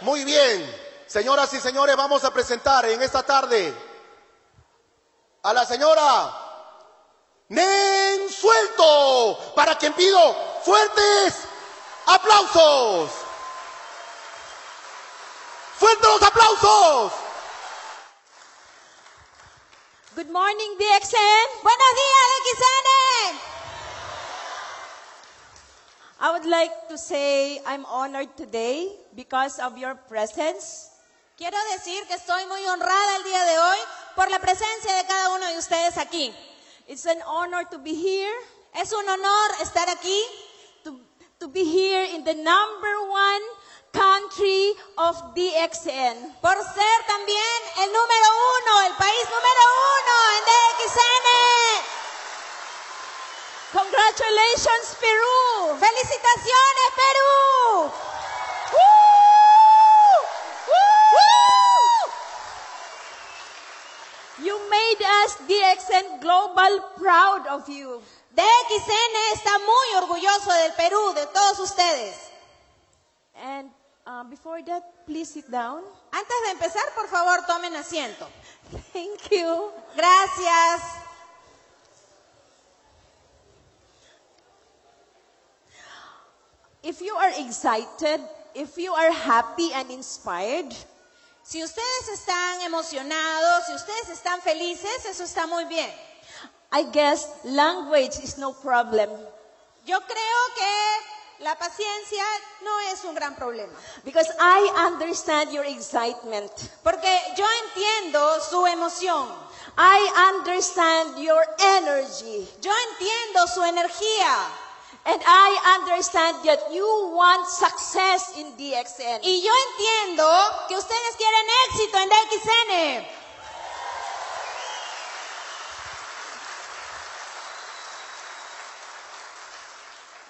Muy bien, señoras y señores, vamos a presentar en esta tarde a la señora Nen Suelto, para quien pido fuertes aplausos. ¡Fuertes los aplausos! Good morning, BXN. Buenos dias, XNN. I would like to say I'm honored today because of your presence. Quiero decir que estoy muy honrada el día de hoy por la presencia de cada uno de ustedes aquí. It's an honor to be here, Es un honor estar aquí to, to be here in the number one country of DXN. por ser también el número uno, el país número uno en DXN. Congratulations, Peru! ¡Felicitaciones, Perú! You made us DXN Global proud of you. DXN está muy orgulloso del Perú, de todos ustedes. And uh, before that, please sit down. Antes de empezar, por favor, tomen asiento. Thank you. Gracias. If you are excited, if you are happy and inspired, Si ustedes están emocionados, si ustedes están felices, eso está muy bien. I guess language is no problem Yo creo que la paciencia no es un gran problema, because I understand your excitement. porque yo entiendo su emoción, I understand your energy. yo entiendo su energía And I understand that you want success in DXN. y yo entiendo que ustedes quieren éxito en DXN.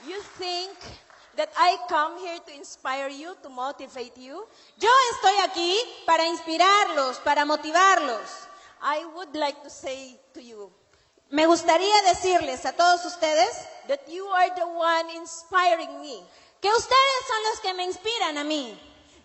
You think that I come here to inspire you, to motivate you? Yo estoy aquí para inspirarlos, para motivarlos. I would like to say to you Me gustaría decirles a todos ustedes that you are the one inspiring me. que ustedes son los que me inspiran a mí.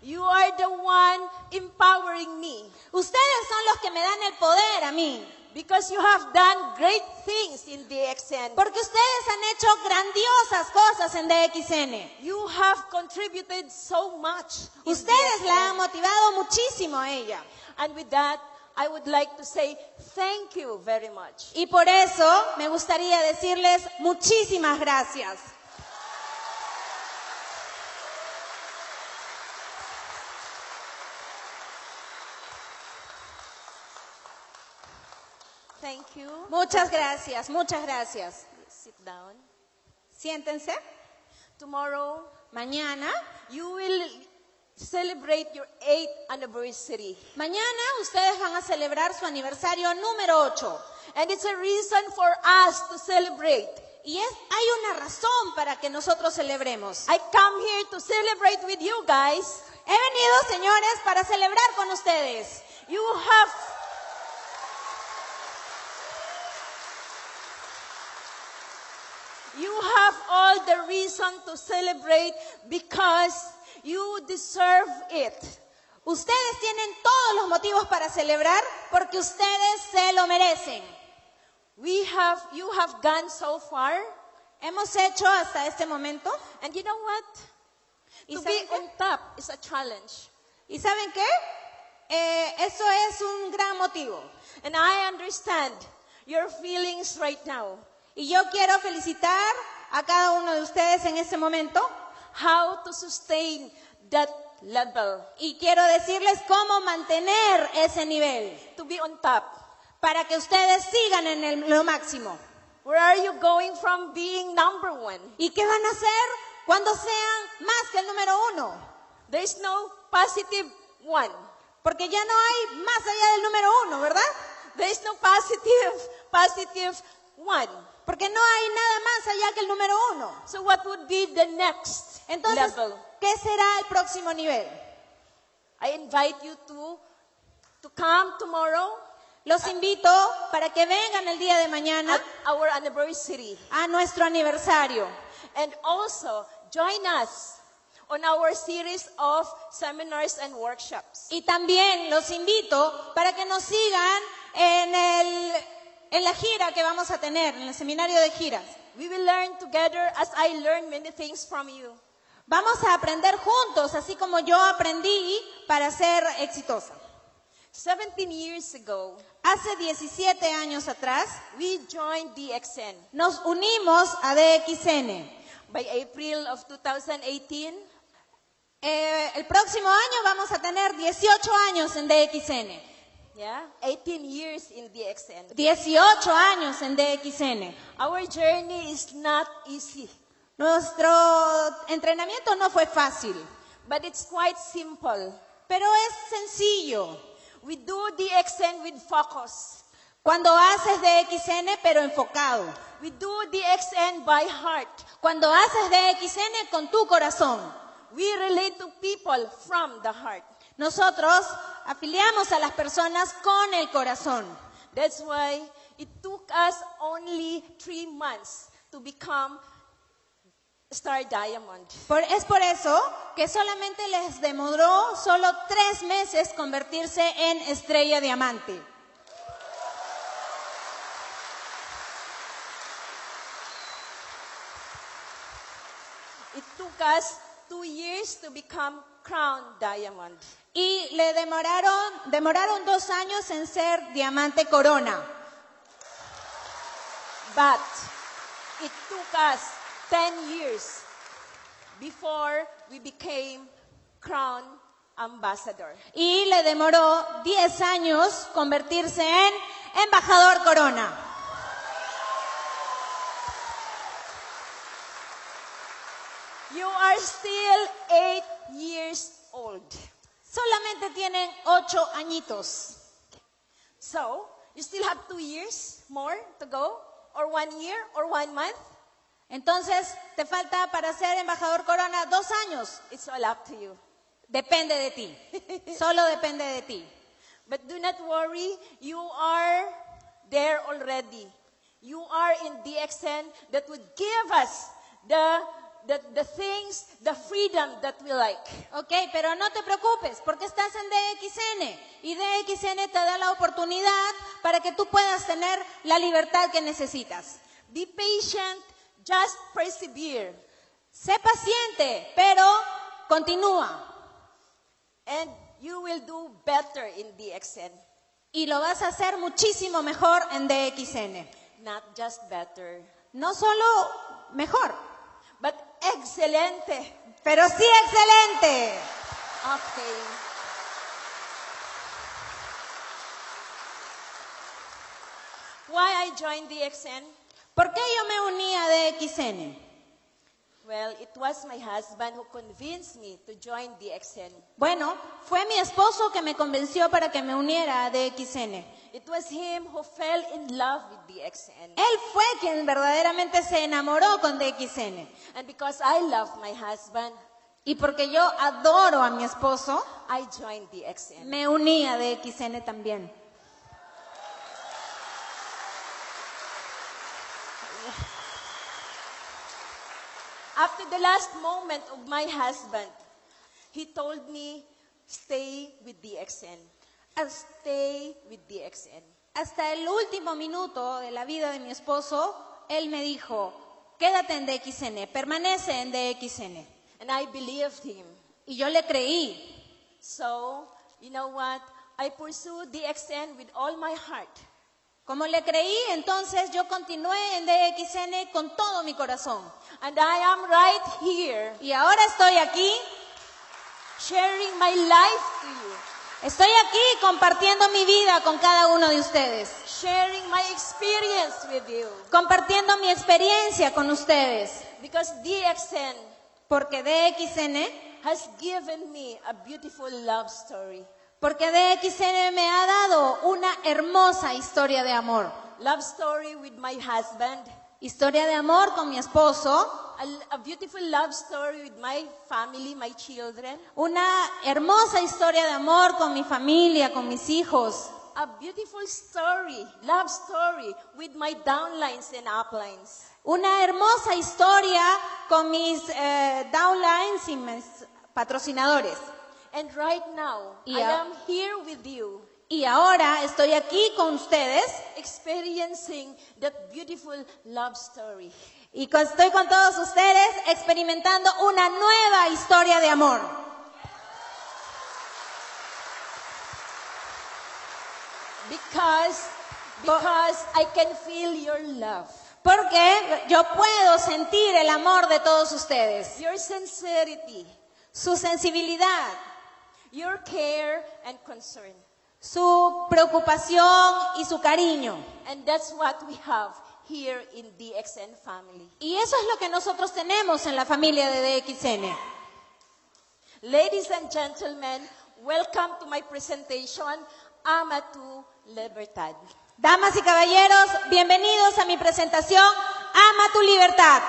You are the one empowering me Ustedes son los que me dan el poder a mí. because you have done great things in DXN. Porque ustedes han hecho grandiosas cosas en DXN. You have contributed so much. in Ustedes la han DXN. motivado muchísimo a ella. And with that, I would like to say thank you very much. Y por eso me gustaría decirles muchísimas gracias. Thank you. Muchas gracias, muchas gracias. Sit down. Siéntense. Tomorrow, Mañana, you will celebrate your eighth anniversary. mañana ustedes van a celebrar su aniversario número 8. And it's a reason for us to celebrate. Y es, hay una razón para que nosotros celebremos. I come here to celebrate with you guys. He venido, señores, para celebrar con ustedes. You have, you have all the reason to celebrate because you deserve it. Ustedes tienen todos los motivos para celebrar porque ustedes se lo merecen. We have, you have gone so far. Hemos hecho hasta este momento. And you know what? ¿Y To be saben, on qué? top is a challenge. ¿Y saben qué? Eh, eso es un gran motivo. And I understand your feelings right now. Y yo quiero felicitar a cada uno de ustedes en este momento How to sustain that level, Y quiero decirles cómo mantener ese nivel to be on top. para que ustedes sigan en el- lo máximo. Where are you going from being number one? ¿Y qué van a hacer cuando sean más que el número uno? There's no positive one. Porque ya no hay más allá del número uno, ¿verdad? There's no positive, positive one. Porque no hay nada más allá que el número uno. So what would be the next Entonces, level? ¿qué será el próximo nivel? I invite you to to come tomorrow Los invito para que vengan el día de mañana at our anniversary a nuestro aniversario and also join us on our series of seminars and workshops. y también los invito para que nos sigan en, el- en la gira que vamos a tener, en el seminario de giras. We will learn together as I learn many things from you. Vamos a aprender juntos, así como yo aprendí para ser exitosa. 17 years ago, Hace 17 años atrás we joined DXN. nos unimos a DXN. By April of 2018, Eh, el próximo año vamos a tener 18 años en DXN. yeah, 18 years in DXN. 18 años en DXN. Our journey is not easy, Nuestro entrenamiento no fue fácil, but it's quite simple. pero es sencillo. We do DXN with focus. Cuando haces DXN pero enfocado. We do DXN by heart. Cuando haces DXN con tu corazón. We relate to people from the heart. Nosotros afiliamos a las personas con el corazón. That's why it took us only three months to become Star Diamond. Por- es por eso que solamente les demoró solo tres meses convertirse en estrella diamante. It took us two years to become Crown Diamond. Y le demoraron, demoraron dos años en ser diamante corona. But it took us 10 years before we became Crown Ambassador. Y le demoró 10 años convertirse en embajador corona. You are still eight years old. Solamente tienen 8 añitos. So, you still have two years more to go, or one year, or one month. Entonces, te falta para ser embajador corona dos años. It's all up to you. Depende de ti. Solo depende de ti. But do not worry, you are there already. You are in DXN that would give us the, the, the things, the freedom that we like. Ok, pero no te preocupes porque estás en DXN y DXN te da la oportunidad para que tú puedas tener la libertad que necesitas. Be patient, just persevere. Sé paciente, pero continúa And you will do better in DXN. y lo vas a hacer muchísimo mejor en DXN. Not just better, No solo mejor, but excelente. pero sí excelente. Okay. Why I joined DXN? ¿Por qué yo me uní a DXN? Well, it was my husband who convinced me to join DXN. Bueno, fue mi esposo que me convenció para que me uniera a DXN. It was him who fell in love with DXN. Él fue quien verdaderamente se enamoró con DXN. And because I love my husband, Y porque yo adoro a mi esposo, I joined DXN. me uní a DXN también. After the last moment of my husband, he told me, stay with DXN. As- Stay with DXN. Hasta el último minuto de la vida de mi esposo, él me dijo, quédate en DXN, permanece en DXN. And I believed him. Y yo le creí. So, you know what? I pursue DXN with all my heart. Como le creí, entonces yo continué en DXN con todo mi corazón. And I am right here Y ahora estoy aquí sharing my life to you, Estoy aquí compartiendo mi vida con cada uno de ustedes, sharing my experience with you. compartiendo mi experiencia con ustedes, Because DXN porque DXN, has given me a beautiful love story. porque DXN me ha dado una hermosa historia de amor. Love story with my husband, Historia de amor con mi esposo, a, a beautiful love story with my family, my children, una hermosa historia de amor con mi familia, con mis hijos, a beautiful story, love story with my downlines and uplines. una hermosa historia con mis eh, downlines y mis patrocinadores. And right now, I Yeah. am here with you, Y ahora estoy aquí con ustedes experiencing that beautiful love story. y con- estoy con todos ustedes experimentando una nueva historia de amor. Because, because I can feel your love, Porque yo puedo sentir el amor de todos ustedes, your sincerity, su sensibilidad, your care and concern. su preocupación y su cariño. And that's what we have here in DXN family. Y eso es lo que nosotros tenemos en la familia de DXN. Ladies and gentlemen, welcome to my presentation, Ama tu Libertad. Damas y caballeros, bienvenidos a mi presentación Ama tu libertad.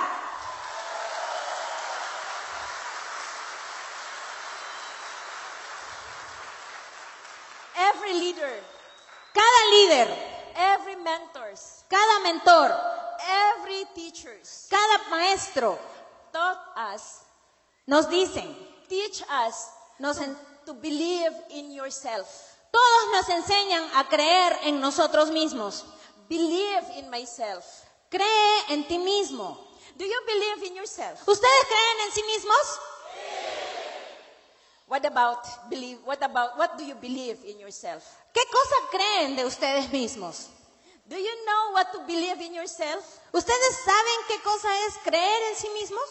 Every leader, Cada líder, every mentors, cada mentor, every teachers cada maestro taught us, nos dicen, teach us nos en- to believe in yourself, todos nos enseñan a creer en nosotros mismos. believe in myself. Cree en ti mismo. Do you believe in yourself? ¿Ustedes creen en sí mismos? What about believe? What about what do you believe in yourself? ¿Qué cosa creen de ustedes mismos? Do you know what to believe in yourself? ¿Ustedes saben qué cosa es creer en sí mismos?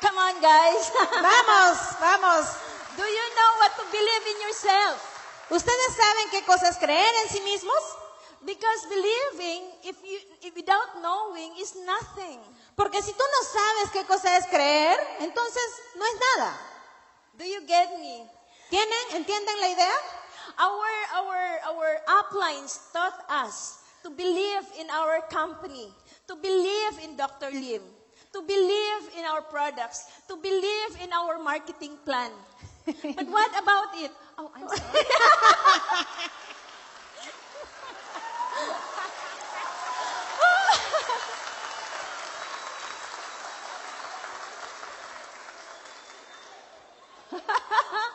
Come on, guys. Vamos, vamos. Do you know what to believe in yourself? ¿Ustedes saben qué cosa es creer en sí mismos? Because believing, if you if without knowing, is nothing. Porque si tú no sabes qué cosa es creer, entonces no es nada. Do you get me? ¿Tienen? ¿Entienden la idea? Our our our uplines taught us to believe in our company, to believe in Dr. Lim, to believe in our products, to believe in our marketing plan. but what about it? Oh, I'm sorry.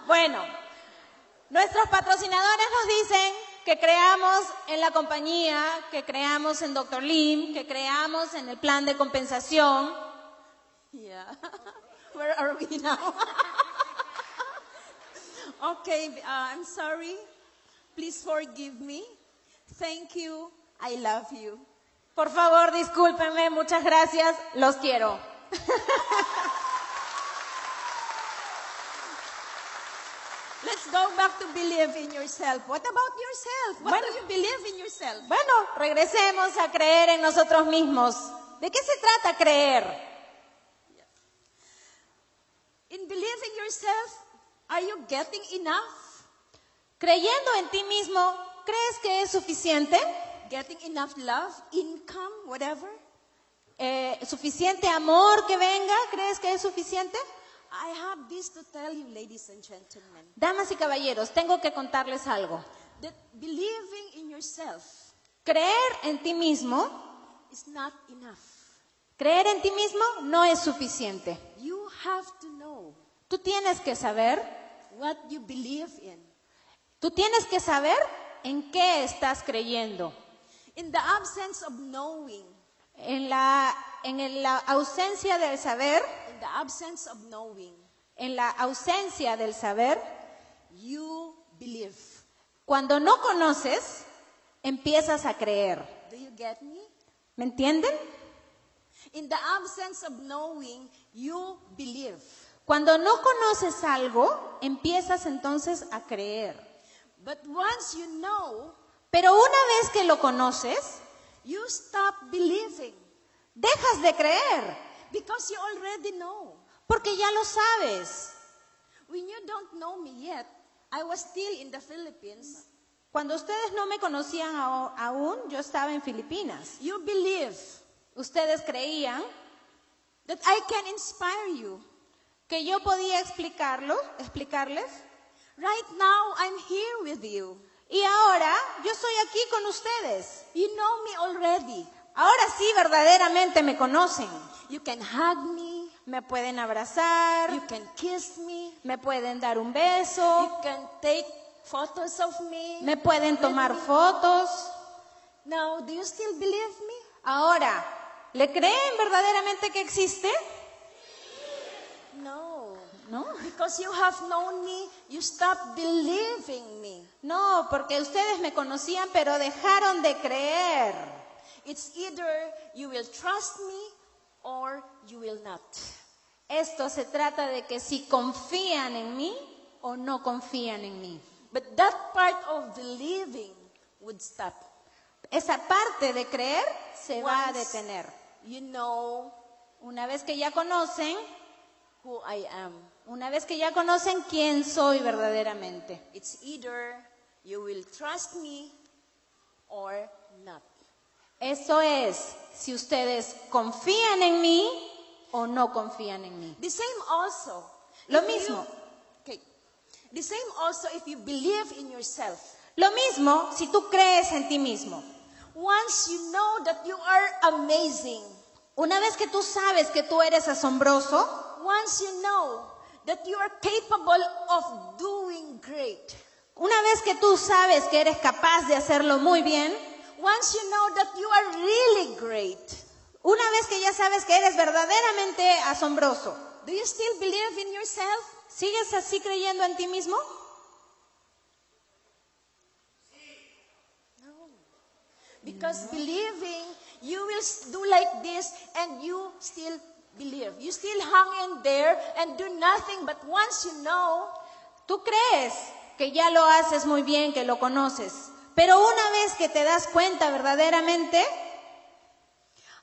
Bueno, nuestros patrocinadores nos dicen que creamos en la compañía, que creamos en Dr. Lim, que creamos en el plan de compensación. Yeah. Where are we now? okay, uh, I'm sorry. Please forgive me. Thank you. I love you. Por favor, discúlpenme, muchas gracias, los quiero. Let's go back to believe in yourself. What about yourself? What do you believe in yourself? Bueno, regresemos a creer en nosotros mismos. ¿De qué se trata creer? In believing yourself, are you getting enough? Creyendo en ti mismo, ¿crees que es suficiente? Getting enough love, income, whatever? Eh, ¿Suficiente amor que venga? ¿Crees que es suficiente? I have this to tell you, ladies and gentlemen, Damas y caballeros, tengo que contarles algo. that believing in yourself Creer en ti mismo, is not enough. creer en ti mismo no es suficiente. You have to know Tú tienes que saber, what you believe in. tú tienes que saber en qué estás creyendo. In the absence of knowing, En la, en el- la ausencia del saber, in the absence of knowing, en la ausencia del saber, you believe. cuando no conoces, empiezas a creer. Do you get me? ¿Me entienden? In the absence of knowing, you believe. Cuando no conoces algo, empiezas entonces a creer. But once you know, Pero una vez que lo conoces, you stop believing dejas de creer, because you already know. porque ya lo sabes. When you don't know me yet, I was still in the Philippines. Cuando ustedes no me conocían ao- aún, yo estaba en Filipinas. You believe Ustedes creían that I can inspire you. que yo podía explicarlo, explicarles. Right now, I'm here with you. Y ahora yo estoy aquí con ustedes. You know me already. Ahora sí verdaderamente me conocen. You can hug me. Me pueden abrazar, You can kiss me. me pueden dar un You beso, can take photos of me. me pueden tomar fotos. Now, do you still believe me? Ahora, ¿le creen verdaderamente que existe? No. No. Because you have known me, you stop believing me. No, porque ustedes me conocían, pero dejaron de creer. It's either you will trust me or you will not. Esto se trata de que si confían en mí o no confían en mí. But that part of believing would stop. Esa parte de creer se va a Once detener. You know Una vez que ya conocen, who I am. una vez que ya conocen quién soy verdaderamente. It's either you will trust me or not. Eso es si ustedes confían en mí o no confían en mí. The same also. Lo if you- mismo. okay. The same also if you believe in yourself. Lo mismo si tú crees en ti mismo. Once you know that you are amazing, Una vez que tú sabes que tú eres asombroso, once you know that you are capable of doing great, una vez que tú sabes que eres capaz de hacerlo muy bien, once you know that you are really great, una vez que ya sabes que eres verdaderamente asombroso, do you still believe in yourself? ¿sigues así creyendo en ti mismo? Because believing, you will s- do like this and you still believe. You still hang in there and do nothing, but once you know, Tú crees que ya lo haces muy bien, que lo conoces, pero una vez que te das cuenta verdaderamente,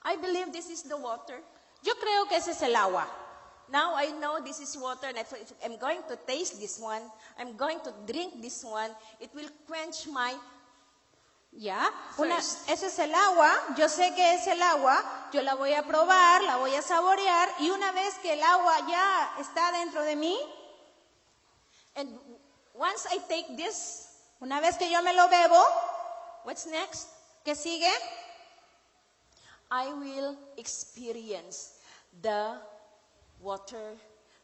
I believe this is the water. yo creo que ese es el agua. Now I know this is water, and if if I'm going to taste this one, I'm going to drink this one, it will quench my. ¿Ya? Una, First. eso es el agua, yo sé que es el agua, yo la voy a probar, la voy a saborear y una vez que el agua ya está dentro de mí, And once I take this, una vez que yo me lo bebo, what's next? ¿qué sigue? I will experience the water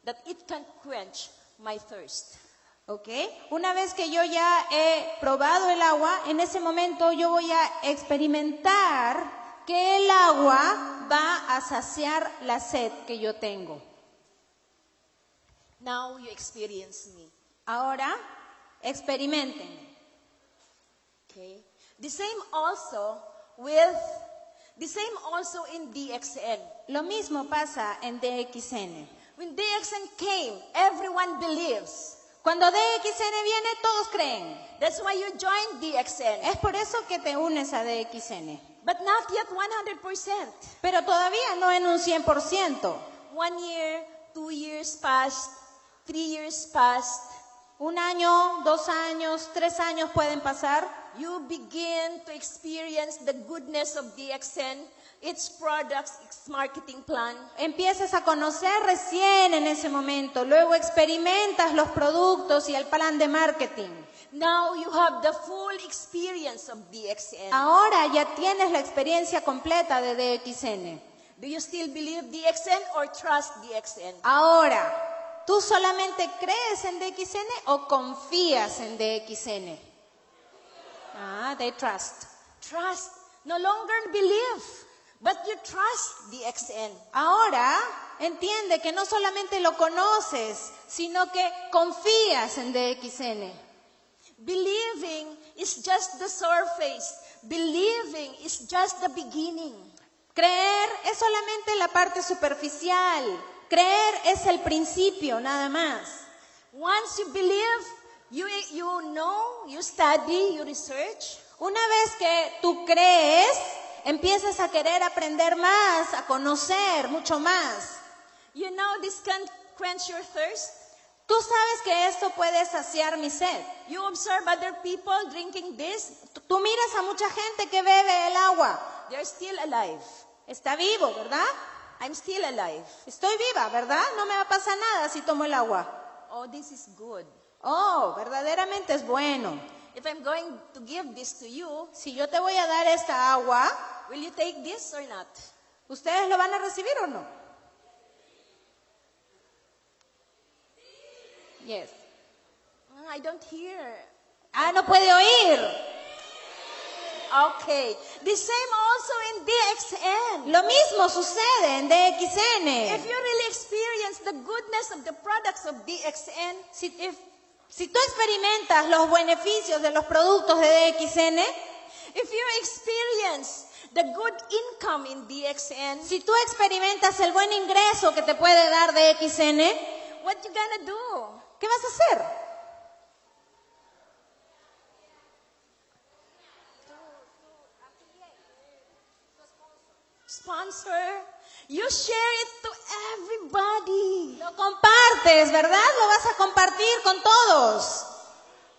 that it can quench my thirst. ¿Ok? Una vez que yo ya he probado el agua, en ese momento yo voy a experimentar que el agua va a saciar la sed que yo tengo. Now you experience me. Ahora, experimenten. Okay? The same also with, the same also in DXN. Lo mismo pasa en DXN. When DXN came, everyone believes. Cuando DXN viene, todos creen. That's why you joined DXN. Es por eso que te unes a DXN. But not yet 100%. Pero todavía no en un 100%. One year, two years passed, three years passed. Un año, dos años, tres años pueden pasar. You begin to experience the goodness of DXN, its products, its marketing plan. Empiezas a conocer recién en ese momento. Luego experimentas los productos y el plan de marketing. Now you have the full experience of DXN. Ahora ya tienes la experiencia completa de DXN. Do you still believe DXN or trust DXN? Ahora, ¿tú solamente crees en DXN o confías en DXN? Ah, they trust. Trust. No longer believe, but you trust DXN. Ahora entiende que no solamente lo conoces, sino que confías en DXN. Believing is just the surface. Believing is just the beginning. Creer es solamente la parte superficial. Creer es el principio, nada más. Once you believe, you, you know, you study, you research, Una vez que tú crees, empiezas a querer aprender más, a conocer mucho más. you know this can quench your thirst. Tú sabes que esto puede saciar mi sed. You observe other people drinking this, Tú- Tú miras a mucha gente que bebe el agua. they're still alive. Está vivo, ¿verdad? I'm still alive. Estoy viva, ¿verdad? No me va a pasar nada si tomo el agua. Oh, this is good. Oh, verdaderamente es bueno. If I'm going to give this to you, Si yo te voy a dar esta agua, will you take this or not? ¿ustedes lo van a recibir o no? Yes. Mm, I don't hear. Ah, no puede oír. Okay. The same also in DXN. Lo mismo sucede en If DXN. you really experience the goodness of the products of DXN, Si, si tú experimentas los beneficios de los productos de DXN, if you experience the good income in DXN, si tú experimentas el buen ingreso que te puede dar DXN, what you gonna do? ¿qué vas a hacer? Sponsor. You share it to everybody. Lo compartes, ¿verdad? Lo vas a compartir con todos.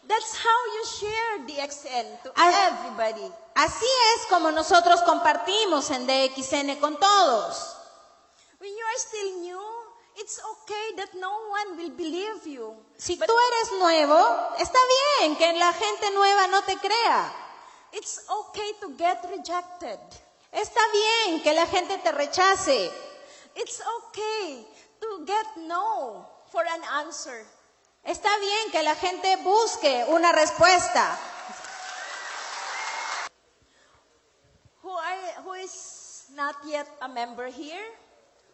That's how you share DXN to Ah. everybody. Así es como nosotros compartimos en DXN con todos. When you are still new, it's okay that no one will believe you. Si tú eres nuevo, está bien que la gente nueva no te crea. It's okay to get rejected. Está bien que la gente te rechace. It's okay to get no for an answer. Está bien que la gente busque una respuesta. Who, are, who is not yet a member here?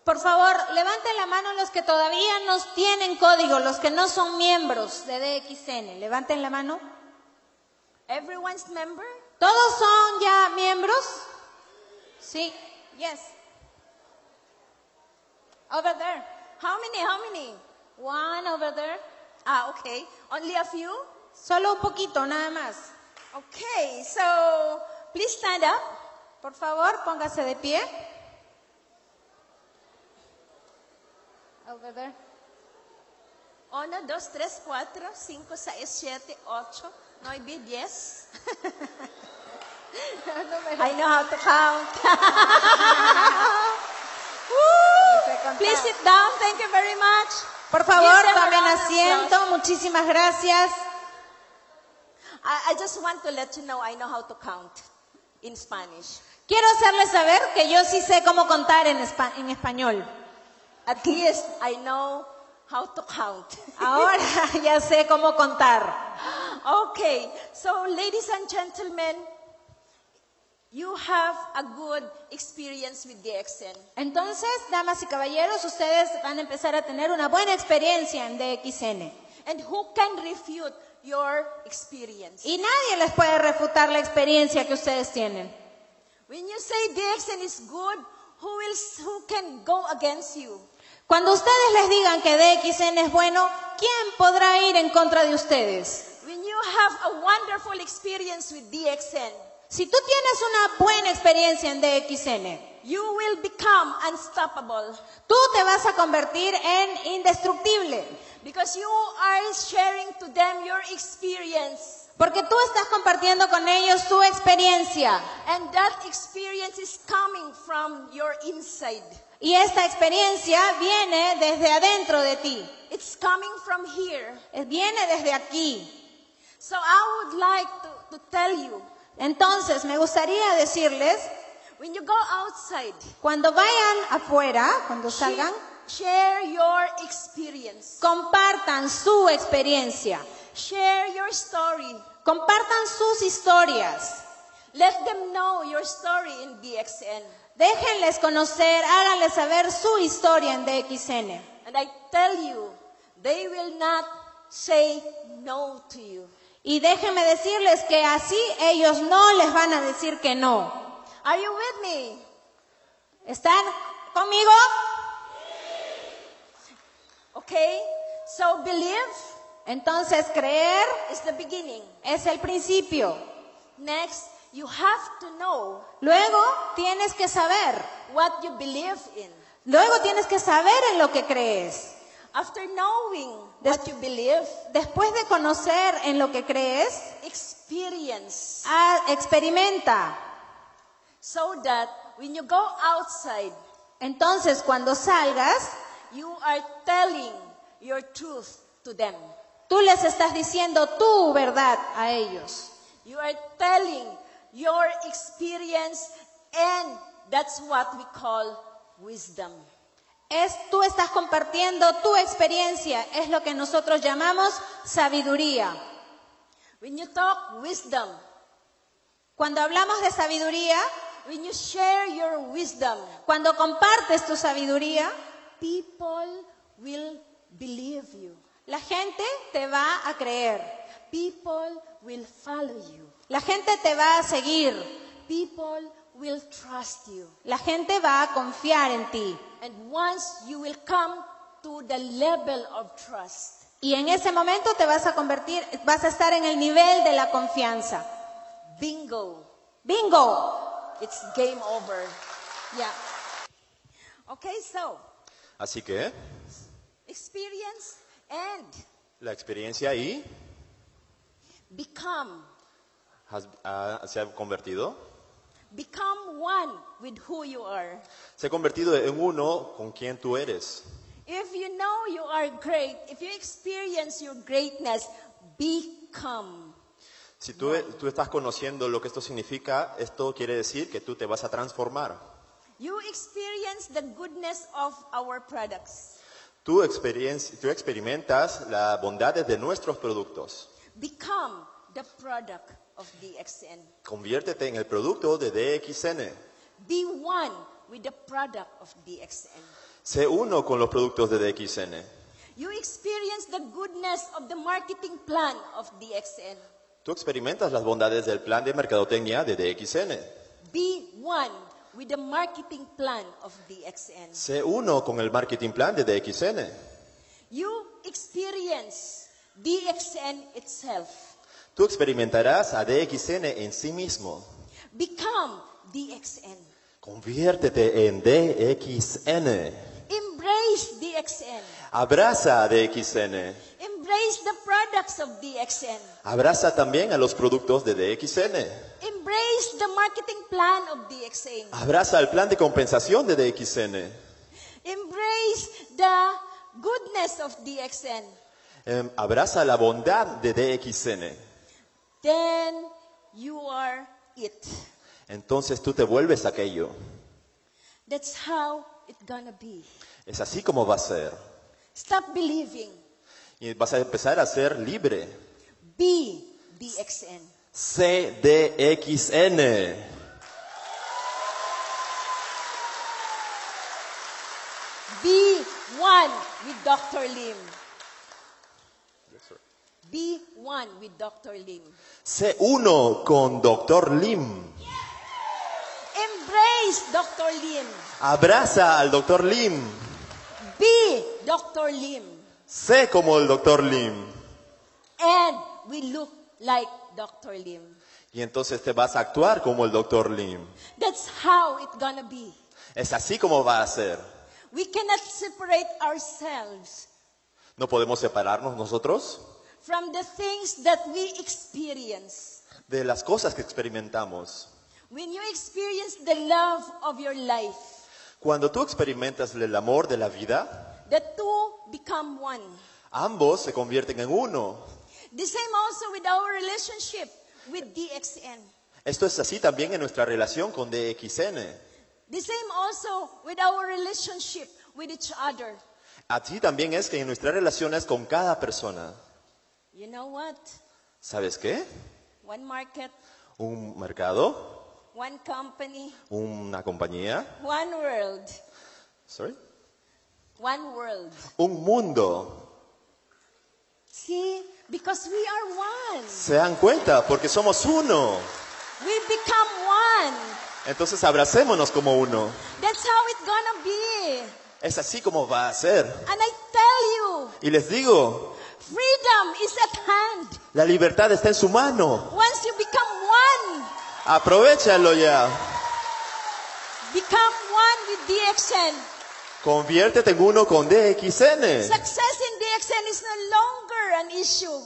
Por favor, levanten la mano los que todavía no tienen código, los que no son miembros de DXN. Levanten la mano. Everyone's member? ¿Todos son ya miembros? Sí. Yes. Over there. How many? How many? One over there. Ah, okay. Only a few? Solo un poquito, nada más. Okay, so please stand up. Por favor, póngase de pie. Over there. 1, 2, 3, 4, 5, 6, 7, 8, 9, 10. I know how to count. Woo! Please sit down. Thank you very much. Por favor, Give them a tomen round of asiento. Muchísimas gracias. I, I just want to let you know I know how to count in Spanish. Quiero hacerles saber que yo sí sé cómo contar en, espa- en español. At least I know how to count. Ahora ya sé cómo contar. okay, so ladies and gentlemen, you have a good experience with DXN. Entonces, damas y caballeros, ustedes van a empezar a tener una buena experiencia en DXN. And who can refute your experience? Y nadie les puede refutar la experiencia que ustedes tienen. When you say DXN is good, who will who can go against you? Cuando ustedes les digan que DXN es bueno, ¿quién podrá ir en contra de ustedes? When you have a wonderful experience with DXN, Si tú tienes una buena experiencia en DXN, you will become unstoppable tú te vas a convertir en indestructible, because you are sharing to them your experience. porque tú estás compartiendo con ellos tu experiencia And that experience is coming from your inside. y esta experiencia viene desde adentro de ti, It's coming from here. eh, viene desde aquí. So I would like to, to tell you Entonces, me gustaría decirles, when you go outside, cuando vayan afuera, cuando salgan, share your experience. compartan su experiencia. Share your story. Compartan sus historias. Let them know your story in DXN. Déjenles conocer, háganles saber su historia en DXN. And I tell you, they will not say no to you. Y déjenme decirles que así ellos no les van a decir que no. Are you with me? ¿Están conmigo? Okay? So believe Entonces, creer is the beginning. es el principio. Next, you have to know Luego tienes que saber. what you believe in. Luego tienes que saber en lo que crees. After knowing Des- what you believe, Después de conocer en lo que crees, experience ah, experimenta. so that when you go outside, Entonces, cuando salgas, you are telling your truth to them. tú les estás diciendo tu verdad a ellos. You are telling your experience, and that's what we call wisdom. Es tú estás compartiendo tu experiencia, es lo que nosotros llamamos sabiduría. When you talk wisdom, Cuando hablamos de sabiduría, when you share your wisdom, cuando compartes tu sabiduría, people will believe you. la gente te va a creer, People will follow you. la gente te va a seguir, People will trust you. la gente va a confiar en ti. And once you will come to the level of trust, Y en ese momento te vas a convertir, vas a estar en el nivel de la confianza. bingo, Bingo. it's game over. Ya. Okay, so Así que experience and la experiencia ahí become, has- ha- se ha convertido, become one with who you are. se ha convertido en uno con quien tú eres. If you know you are great, if you experience your greatness, become. Si tú, tú estás conociendo lo que esto significa, esto quiere decir que tú te vas a transformar. You experience the goodness of our products. Tú, experien- tú experimentas las bondades de nuestros productos. Become the product of DXN. Conviértete en el producto de DXN. Be one with the product of DXN. Sé uno con los productos de DXN. You experience the goodness of the marketing plan of DXN. Tú experimentas las bondades del plan de mercadotecnia de DXN. Be one with the marketing plan of DXN. Sé uno con el marketing plan de DXN. You experience DXN itself. Tú experimentarás a DXN en sí mismo. Become DXN. Conviértete en DXN. Embrace DXN. Abraza a DXN. Embrace the products of DXN. Abraza también a los productos de DXN. Embrace the marketing plan of DXN. Abraza el plan de compensación de DXN. Embrace the goodness of DXN. Em, abraza la bondad de DXN. Then you are it. Entonces tú te vuelves aquello. That's how it's gonna be. Es así como va a ser. Stop believing. Y vas a empezar a ser libre. Be DXN. CDXN. Be one with Dr. Lim. Be one with Dr. Lim. C1 con Dr. Lim. Embrace Dr. Lim. Abraza al Dr. Lim. Be Dr. Lim. Sé como el Dr. Lim. And we look like Dr. Lim. Y entonces te vas a actuar como el Dr. Lim. That's how it's gonna be. Es así como va a ser. We cannot separate ourselves No podemos separarnos nosotros from the things that we experience. de las cosas que experimentamos. When you experience the love of your life, Cuando tú experimentas el amor de la vida, the two become one. ambos se convierten en uno. The same also with our relationship with DXN. Esto es así también en nuestra relación con DXN. The same also with our relationship with each other. Así también es que en nuestras relaciones con cada persona. You know what? ¿Sabes qué? One market, Un mercado, one company, una compañía, one world, sorry, one world. un mundo. See, because we are one. Se dan cuenta porque somos uno. We become one. Entonces abracémonos como uno. That's how it's gonna be. Es así como va a ser. And I tell you, Y les digo, freedom is at hand. la libertad está en su mano. Once you become one, Aprovechalo ya. become one with DXN. Conviértete en uno con DXN. Success in DXN is no longer an issue.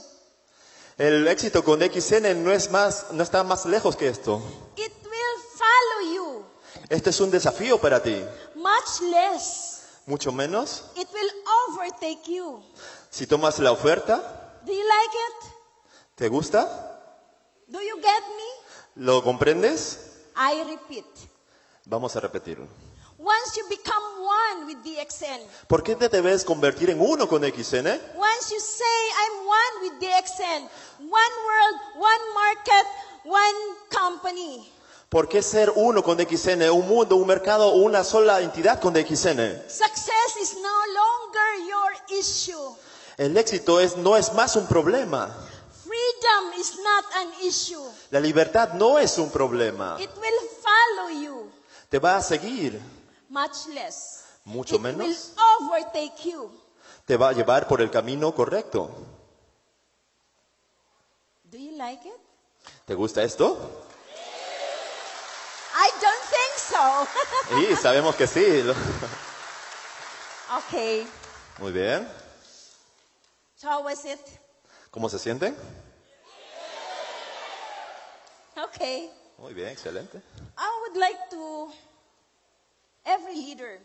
El éxito con DXN no, es más, no está más lejos que esto. It will follow you. Este es un desafío para ti. Much less, Mucho menos it will overtake you. si tomas la oferta. Do you like it? ¿Te gusta? Do you get me? ¿Lo comprendes? I repeat. Vamos a repetirlo. Once you become one with DXN, ¿Por qué te debes convertir en uno con XN? once you say, I'm one with DXN, one world, one market, one company, ¿Por qué ser uno con XN? Un mundo, un mercado, una sola entidad con XN. success is no longer your issue. El éxito es, no es más un problema. Freedom is not an issue. La libertad no es un problema. It will follow you, Te va a seguir. much less. Mucho it will menos. overtake you. Te va a llevar por el camino correcto. Do you like it? ¿Te gusta esto? I don't think so. Y sabemos que sí. Lo- okay. Muy bien. So how was it? ¿Cómo se sienten? Okay. Muy bien, excelente. I would like to every leader,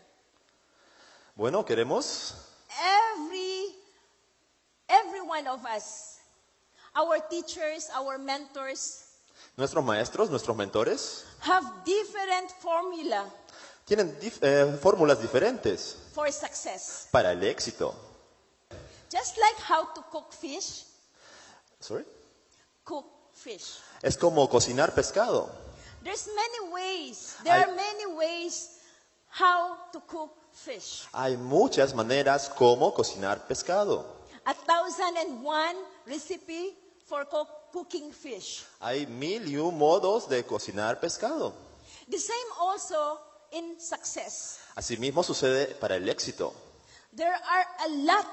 Bueno, queremos every every one of us, our teachers, our mentors nuestros maestros, nuestros mentores, have different formula tienen dif- eh, fórmulas diferentes for success. para el éxito. Just like how to cook fish, Sorry. cook fish. Es como cocinar pescado. There's many ways. There I- are many ways how to cook fish. Hay muchas maneras como cocinar pescado. A thousand and one recipe for cook, cooking fish. Hay mil y un modos de cocinar pescado. The same also in success. Asimismo sucede para el éxito. There are a lot,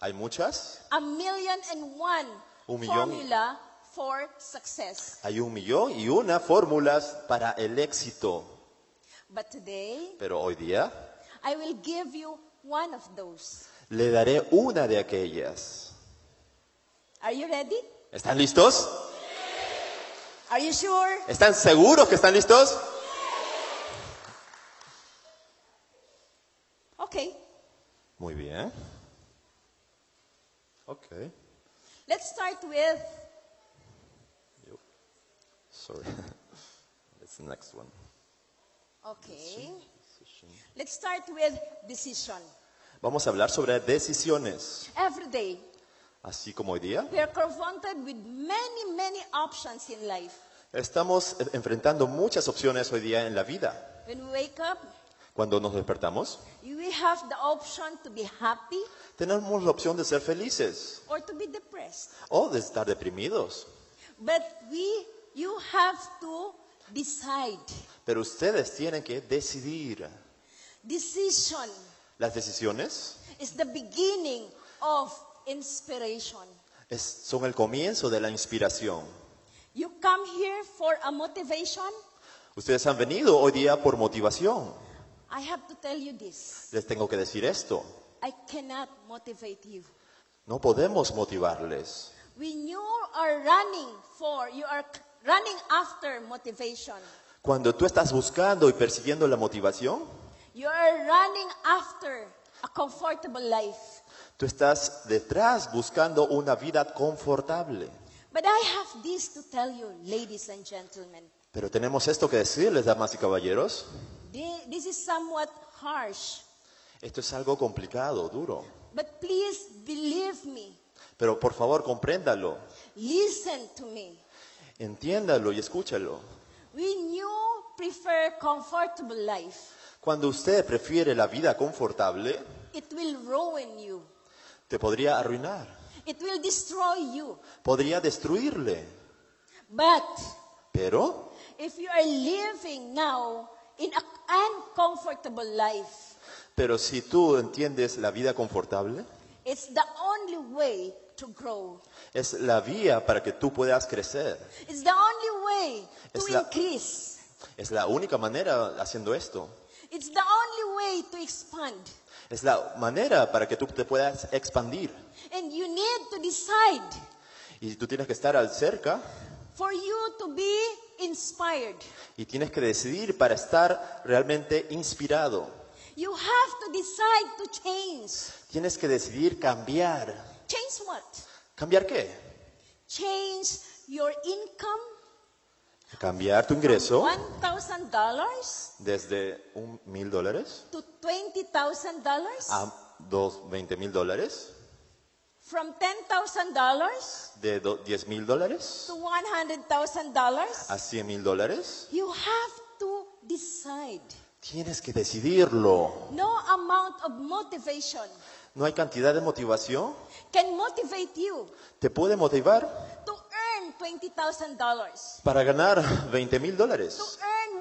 Hay muchas, a million and one Un millón. formula for success. hay un millón y una fórmulas para el éxito. But today, Pero hoy día I will give you one of those. le daré una de aquellas. Are you ready? ¿Están listos? Are you sure? ¿Están seguros que están listos? Okay. Muy bien. Ok. Let's start with Sorry. It's the next one. okay. Let's start with decision. Vamos a hablar sobre decisiones. Every day, Así como hoy día, we are confronted with many, many options in life. Estamos eh, enfrentando muchas opciones hoy día en la vida. When we wake up, Cuando nos despertamos, we have the option to be happy tenemos la opción de ser felices or to be depressed. o de estar deprimidos. But we, you have to decide. Pero ustedes tienen que decidir. Decision Las decisiones is the beginning of inspiration. es- son el comienzo de la inspiración. You come here for a motivation. Ustedes han venido hoy día por motivación. I have to tell you this. Les tengo que decir esto. I cannot motivate you. No podemos motivarles. When you are running for, you are c- running after motivation. Cuando tú estás buscando y persiguiendo la motivación, You are running after a comfortable life. tú estás detrás buscando una vida confortable. But I have this to tell you, ladies and gentlemen. Pero tenemos esto que decirles, damas y caballeros. Thi- This is somewhat harsh, Esto es algo complicado, duro. but please believe me. Pero por favor, compréndalo, Listen to me. entiéndalo y escúchalo. When you prefer comfortable life, Cuando usted prefiere la vida confortable, it will ruin you. te podría arruinar, It will destroy you. podría destruirle. But Pero if you are living now in an uncomfortable life, Pero si tú entiendes la vida confortable, it's the only way to grow. es la vía para que tú puedas crecer. It's the only way to Es la- increase. Es la única manera haciendo esto. It's the only way to expand. Es la manera para que tú te puedas expandir. And you need to decide Y tú tienes que estar al cerca for you to be inspired. y tienes que decidir para estar realmente inspirado. You have to decide to change. Tienes que decidir cambiar. Change what? ¿Cambiar qué? Change your income Cambiar tu ingreso $1,000 desde un mil dólares to $20,000, a dos veinte mil dólares, from $10,000 de do- diez mil dólares to $100,000. a cien mil dólares. You have to decide. Tienes que decidirlo. No amount of motivation No hay cantidad de motivación. can motivate you Te puede motivar to earn $20,000, para ganar veinte mil to dólares, earn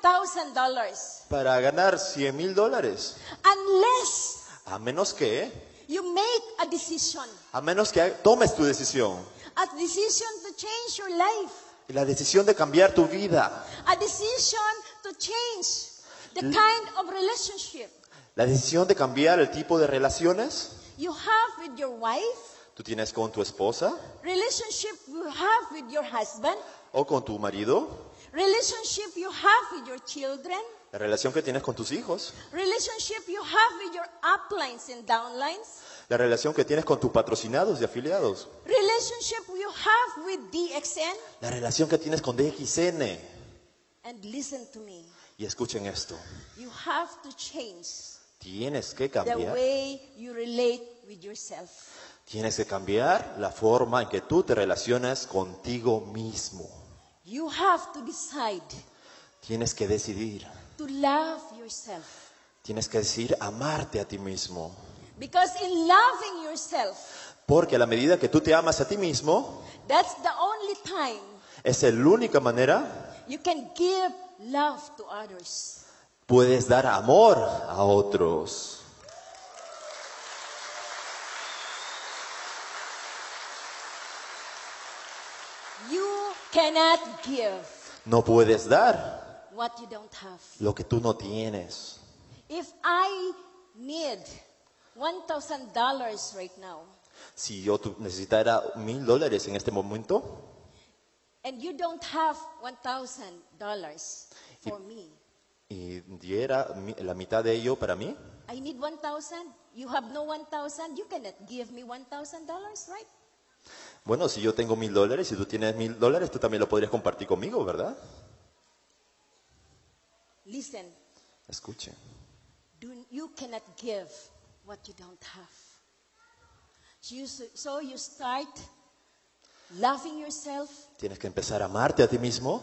$100,000, para ganar cien mil dólares. unless A menos que, you make a decision, a menos que tomes tu decisión. a decision to change your life, Y La decisión de cambiar tu vida. a decision to change the kind of relationship La decisión de cambiar el tipo de relaciones you have with your wife, tú tienes con tu esposa relationship you have with your husband, o con tu marido, relationship you have with your children, la relación que tienes con tus hijos, relationship you have with your uplines and downlines, la relación que tienes con tus patrocinados y afiliados, relationship you have with DXN, la relación que tienes con DXN. and listen to me, Y escuchen esto, you have to change tienes que the cambiar, way you relate with yourself. tienes que cambiar la forma en que tú te relacionas contigo mismo. You have to decide Tienes que decidir, to love yourself. tienes que decidir amarte a ti mismo. Because in loving yourself, Porque a la medida que tú te amas a ti mismo, that's the only time es la única manera you can give love to others. puedes dar amor a otros. You cannot give No puedes dar what you don't have. lo que tú no tienes. If I need $1,000 right now, Si yo tu- necesitara mil dólares en este momento and you don't have $1,000 for me, y diera mi- la mitad de ello para mí, I need 1,000. You have no 1,000. You cannot give me $1,000, right? bueno, si yo tengo mil dólares y tú tienes mil dólares, tú también lo podrías compartir conmigo, ¿verdad? Listen, Escuche, do, you cannot give what you don't have. You, so so you start loving yourself. tienes que empezar a amarte a ti mismo,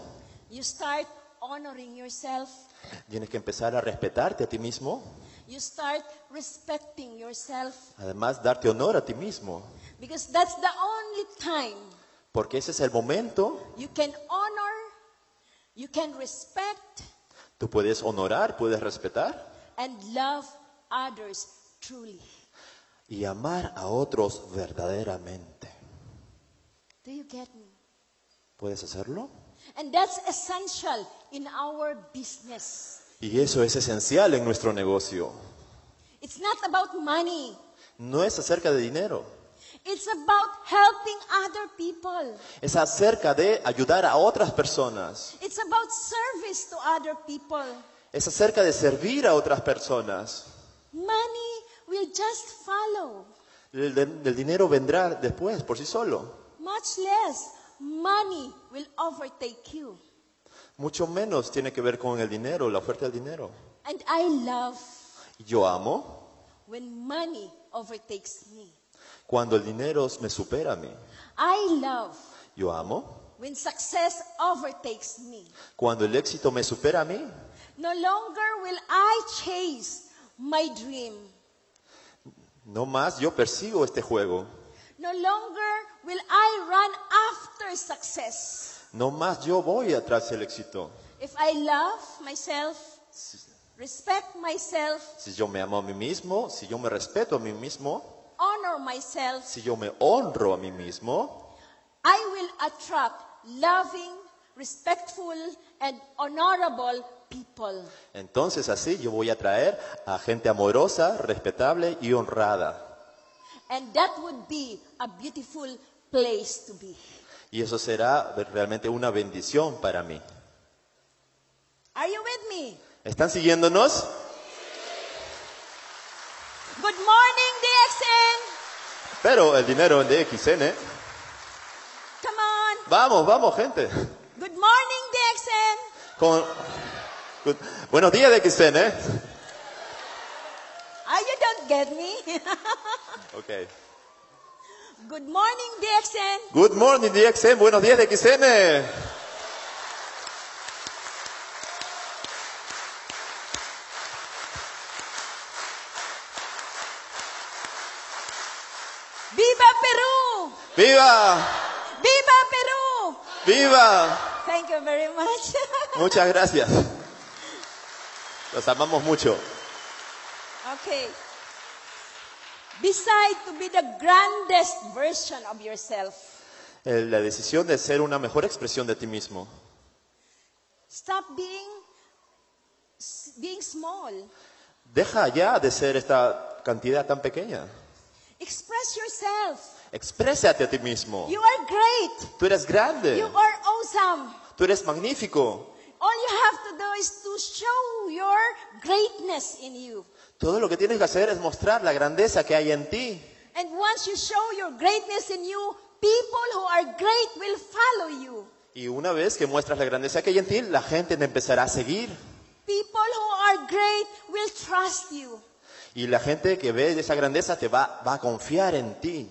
You start honoring yourself. tienes que empezar a respetarte a ti mismo, You start respecting yourself además darte honor a ti mismo, because that's the only time porque ese es el momento, you can honor, you can respect, tú puedes honorar, puedes respetar and love others truly. y amar a otros verdaderamente. Do you get me? ¿Puedes hacerlo? And that's essential in our business. Y eso es esencial en nuestro negocio. It's not about money. No es acerca de dinero, It's about helping other people. es acerca de ayudar a otras personas, It's about service to other people. es acerca de servir a otras personas. Money will just follow. El, de- el dinero vendrá después, por sí solo. Much less, money will overtake you. Mucho menos tiene que ver con el dinero, la oferta del dinero. And I love Yo amo when money overtakes me. cuando el dinero me supera a mí. I love Yo amo when success overtakes me. cuando el éxito me supera a mí. No longer will I chase my dream. No más, yo persigo este juego. No longer will I run after success. No más yo voy atrás del éxito. If I love myself, respect myself, Si yo me amo a mí mismo, si yo me respeto a mí mismo, honor myself, si yo me honro a mí mismo, I will attract loving, respectful, and honorable people. entonces así yo voy a atraer a gente amorosa, respetable y honrada. And that would be a beautiful place to be. Y eso será realmente una bendición para mí. Are you with me? ¿Están siguiéndonos? Good morning, DXN! Pero el dinero de XN. Come on! Vamos, vamos, gente. Good morning, DXN! Con- con- Buenos días de XN. ¿eh? Ah, you don't get me. Ok. Good morning, DXN! Good morning, DXN. Buenos días de XN. Viva Peru! ¡Viva! Viva Peru! ¡Viva! Thank you very much. Muchas gracias. Los amamos mucho. okay. Decide to be the grandest version of yourself. Eh, La decisión de ser una mejor expresión de ti mismo. Stop being s- being small. Deja ya de ser esta cantidad tan pequeña. Express yourself. Exprésate a ti mismo. You are great. Tú eres grande. You are awesome. Tú eres magnífico. All you have to do is to show your greatness in you. Todo lo que tienes que hacer es mostrar la grandeza que hay en ti. And once you show your greatness in you, people who are great will follow you. Y una vez que muestras la grandeza que hay en ti, la gente te empezará a seguir. People who are great will trust you. Y la gente que ve esa grandeza te va, va a confiar en ti.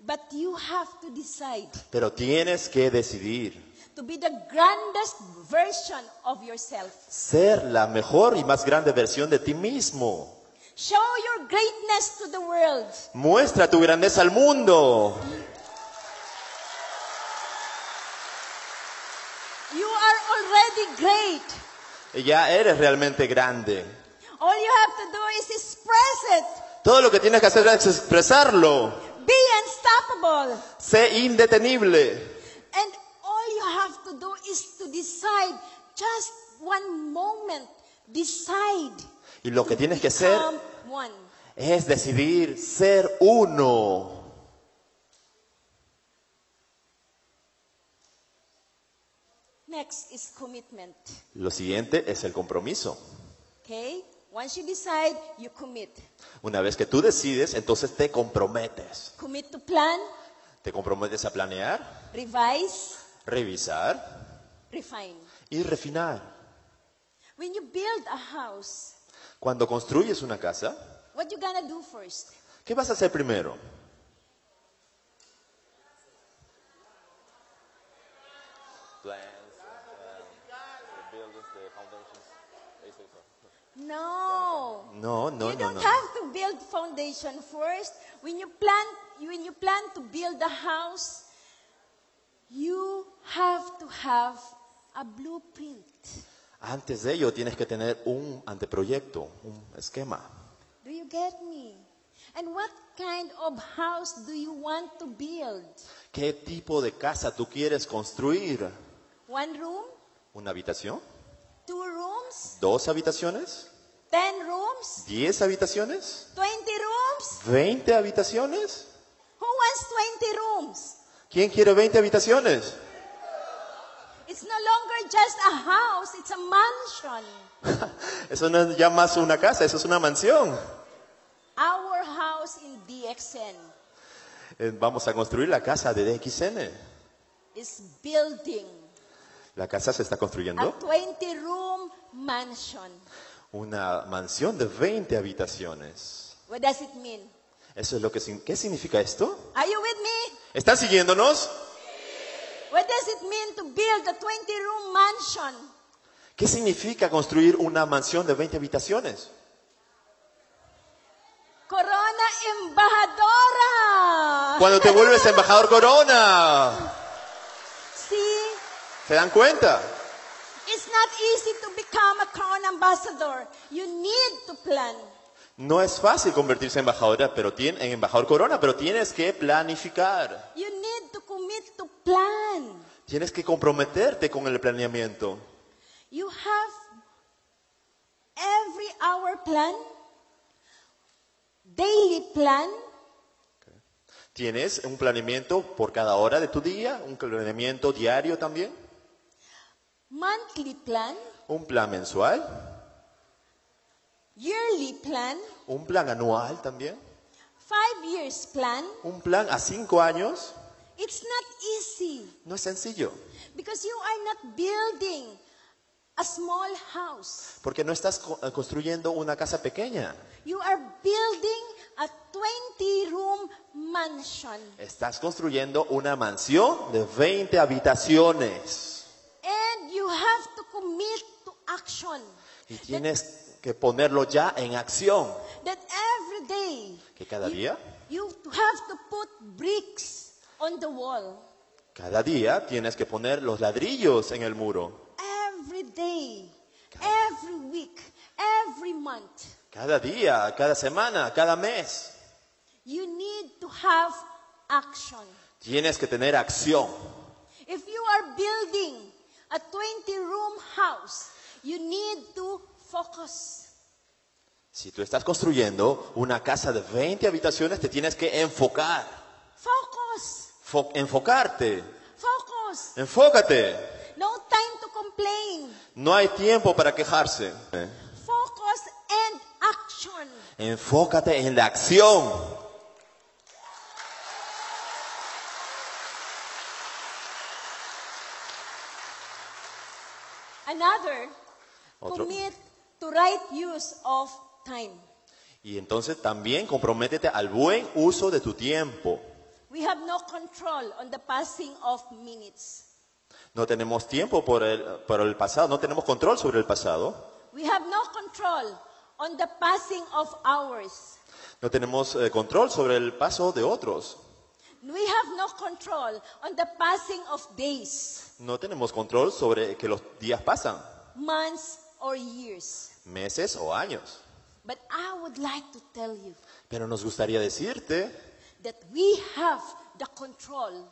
But you have to decide Pero tienes que decidir to be the grandest version of yourself. ser la mejor y más grande versión de ti mismo. Show your greatness to the world. Muestra tu grandeza al mundo. You are already great. Ya eres realmente grande. All you have to do is express it. Todo lo que tienes que hacer es expresarlo. Be unstoppable. Sé indetenible. And all you have to do is to decide. Just one moment. Decide. Y lo que tienes que hacer Become one. es decidir ser uno. Next is commitment. Lo siguiente es el compromiso. Okay? Once you decide, you commit. Una vez que tú decides, entonces te comprometes. Commit to plan, Te comprometes a planear, revise, revisar refine. y refinar. When you build a house, Cuando construyes una casa, what you gonna do first? ¿qué vas a hacer primero? No. No, no, no, you don't no. have to build foundation first. When you plan, when you plan to build a house, you have to have a blueprint. Antes de ello tienes que tener un anteproyecto, un esquema. Do you get me? And what kind of house do you want to build? ¿Qué tipo de casa tú quieres construir? One room, ¿Una habitación? two rooms, ¿Dos habitaciones? ten rooms? ¿Diez habitaciones? 20 rooms? ¿Veinte habitaciones? Who wants 20 rooms? ¿Quién quiere veinte habitaciones? It's no longer just a house, it's a mansion. Eso no es ya más una casa, eso es una mansión. Our house in DXN Eh, Vamos a construir la casa de DXN. is building La casa se está a construyendo. 20 room mansion. Una mansión de 20 habitaciones. What does it mean? Eso es lo que sin- ¿Qué significa esto? Are you with me? ¿Están siguiéndonos? What does it mean to build a 20 room mansion? ¿Qué significa construir una mansión de 20 habitaciones? Corona Embajadora! Cuando te vuelves embajador corona. See, ¿Se dan cuenta? It's not easy to become a crown ambassador. You need to plan. No es fácil convertirse en embajadora, pero tien- en embajador corona, pero tienes que planificar. You need to commit to plan. Tienes que comprometerte con el planeamiento. You have every hour plan, daily plan, Tienes un planeamiento por cada hora de tu día, un planeamiento diario también, monthly plan, un plan mensual, yearly plan, un plan anual también, five years plan. un plan a cinco años. It's not easy No es sencillo, because you are not building a small house. porque no estás co- construyendo una casa pequeña, You are building a 20 room mansion. estás construyendo una mansión de 20 habitaciones And you have to commit to action. y tienes que ponerlo ya en acción, That every day que cada día, you have to put bricks on the wall. cada día tienes que poner los ladrillos en el muro, Every day, every week, every month. cada día, cada semana, cada mes, You need to have action. tienes que tener acción. If you are building a 20 room house, you need to focus. Si tú estás construyendo una casa de 20 habitaciones, te tienes que enfocar, Focus. fo- enfocarte, Focus. enfócate. No time to complain. No hay tiempo para quejarse. Focus and action. Enfócate en la acción. Another, Otro. commit to right use of time. Y entonces también comprométete al buen uso de tu tiempo. We have no control on the passing of minutes. No tenemos tiempo por el, por el pasado, no tenemos control sobre el pasado. We have no control on the passing of hours. No tenemos eh, control sobre el paso de otros. We have no control on the passing of days, No tenemos control sobre que los días pasan, months, or years. meses o años. But I would like to tell you Pero nos gustaría decirte that we have the control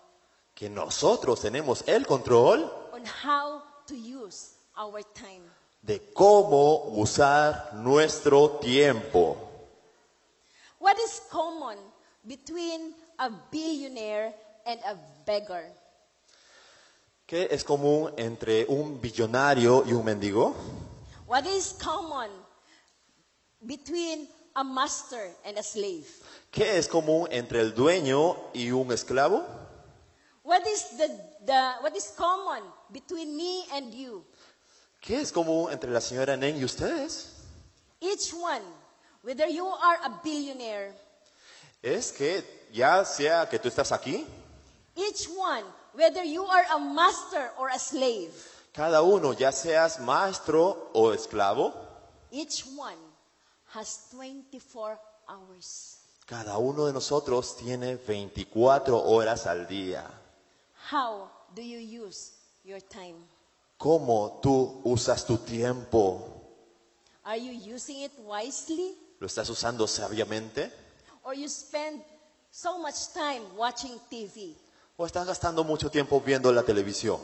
que nosotros tenemos el control on how to use our time. de cómo usar nuestro tiempo. What is common between a billionaire and a beggar? ¿Qué es común entre un billonario y un mendigo? What is common between a master and a slave? ¿Qué es común entre el dueño y un esclavo? What is the, the what is common between me and you? ¿Qué es común entre la señora Nen y ustedes? Each one, whether you are a billionaire, Es que ya sea que tú estás aquí, each one, whether you are a master or a slave, cada uno, ya seas maestro o esclavo, each one has 24 hours. cada uno de nosotros tiene 24 horas al día. How do you use your time? ¿Cómo tú usas tu tiempo? Are you using it wisely ¿Lo estás usando sabiamente? or you spend so much time watching TV? ¿O estás gastando mucho tiempo viendo la televisión?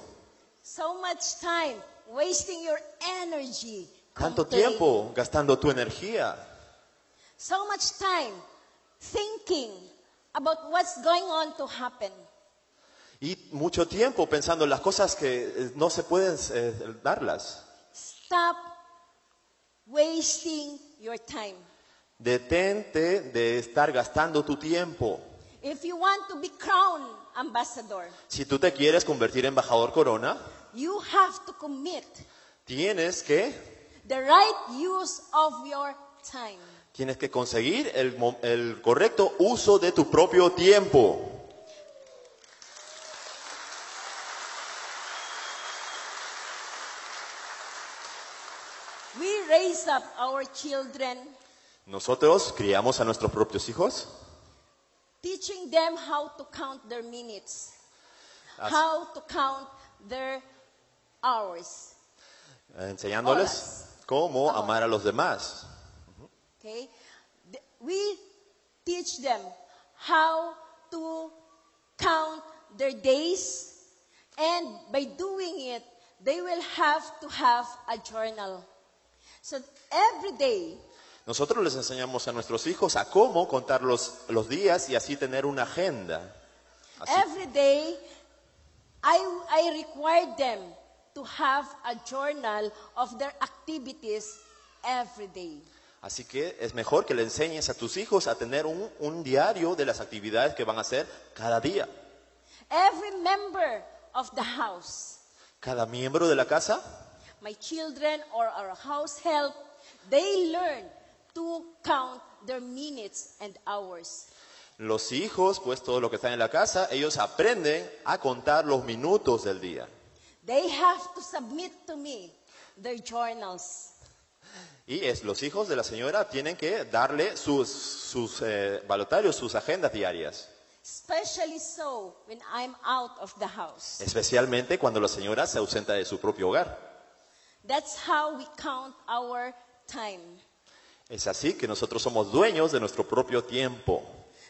So much time wasting your energy. Tanto complaining? tiempo gastando tu energía, so much time thinking about what's going on to happen. y mucho tiempo pensando en las cosas que eh, no se pueden eh, darlas. Stop wasting your time. Detente de estar gastando tu tiempo. If you want to be crown ambassador, Si tú te quieres convertir en embajador corona, you have to commit tienes que, the right use of your time. tienes que conseguir el, mo- el correcto uso de tu propio tiempo. We raise up our children, Nosotros criamos a nuestros propios hijos, teaching them how to count their minutes, As- how to count their ours. enseñándoles cómo amar a los demás. Okay? Th- We teach them how to count their days, and by doing it, they will have to have a journal. So every day, Nosotros les enseñamos a nuestros hijos a cómo contar los, los días y así tener una agenda. Así- every day, I, I required them to have a journal of their activities every day. así que es mejor que le enseñes a tus hijos a tener un, un diario de las actividades que van a hacer cada día. Every member of the house, Cada miembro de la casa, my children or our house help, they learn to count their minutes and hours. los hijos, pues todo lo que están en la casa, ellos aprenden a contar los minutos del día. They have to submit to me their journals. Y es, los hijos de la señora tienen que darle sus, sus eh, balotarios, sus agendas diarias. Especially so when I'm out of the house. Especialmente cuando la señora se ausenta de su propio hogar. That's how we count our time. Es así que nosotros somos dueños de nuestro propio tiempo.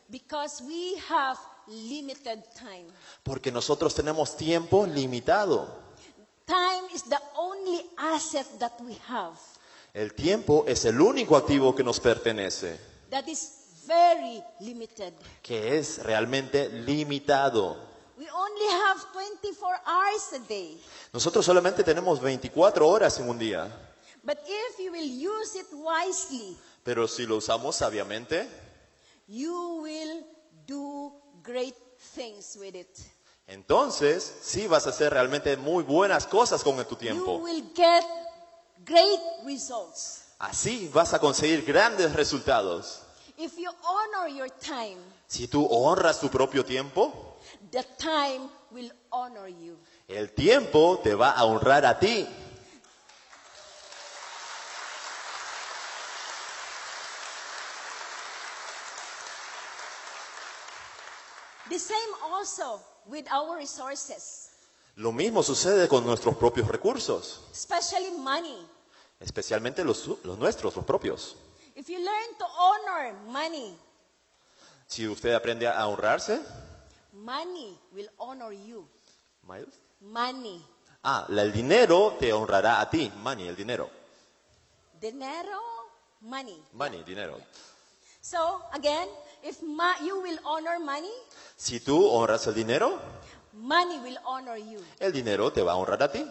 Because we have limited time. Porque nosotros tenemos tiempo limitado. Time is the only asset that we have El tiempo es el único activo que nos pertenece, that is very limited. que es realmente limitado. We only have 24 hours a day. Nosotros solamente tenemos 24 horas en un día, But if you will use it wisely, pero si lo usamos sabiamente, you will do great things with it. entonces sí vas a hacer realmente muy buenas cosas con tu You tiempo. will get great results. Así vas a conseguir grandes resultados. If you honor your time, Si tú honras tu propio tiempo, the time will honor you. el tiempo te va a honrar a ti. The same also with our resources, Lo mismo sucede con nuestros propios recursos, especially money. especialmente los, su- los nuestros, los propios. If you learn to honor money, Si usted aprende a honrarse, money will honor you. Miles. Money. ah, la- el dinero te honrará a ti, money, el dinero, Dinero, money. money, dinero. So again, if ma- you will honor money, Si tú honras el dinero, money will honor you. el dinero te va a honrar a ti.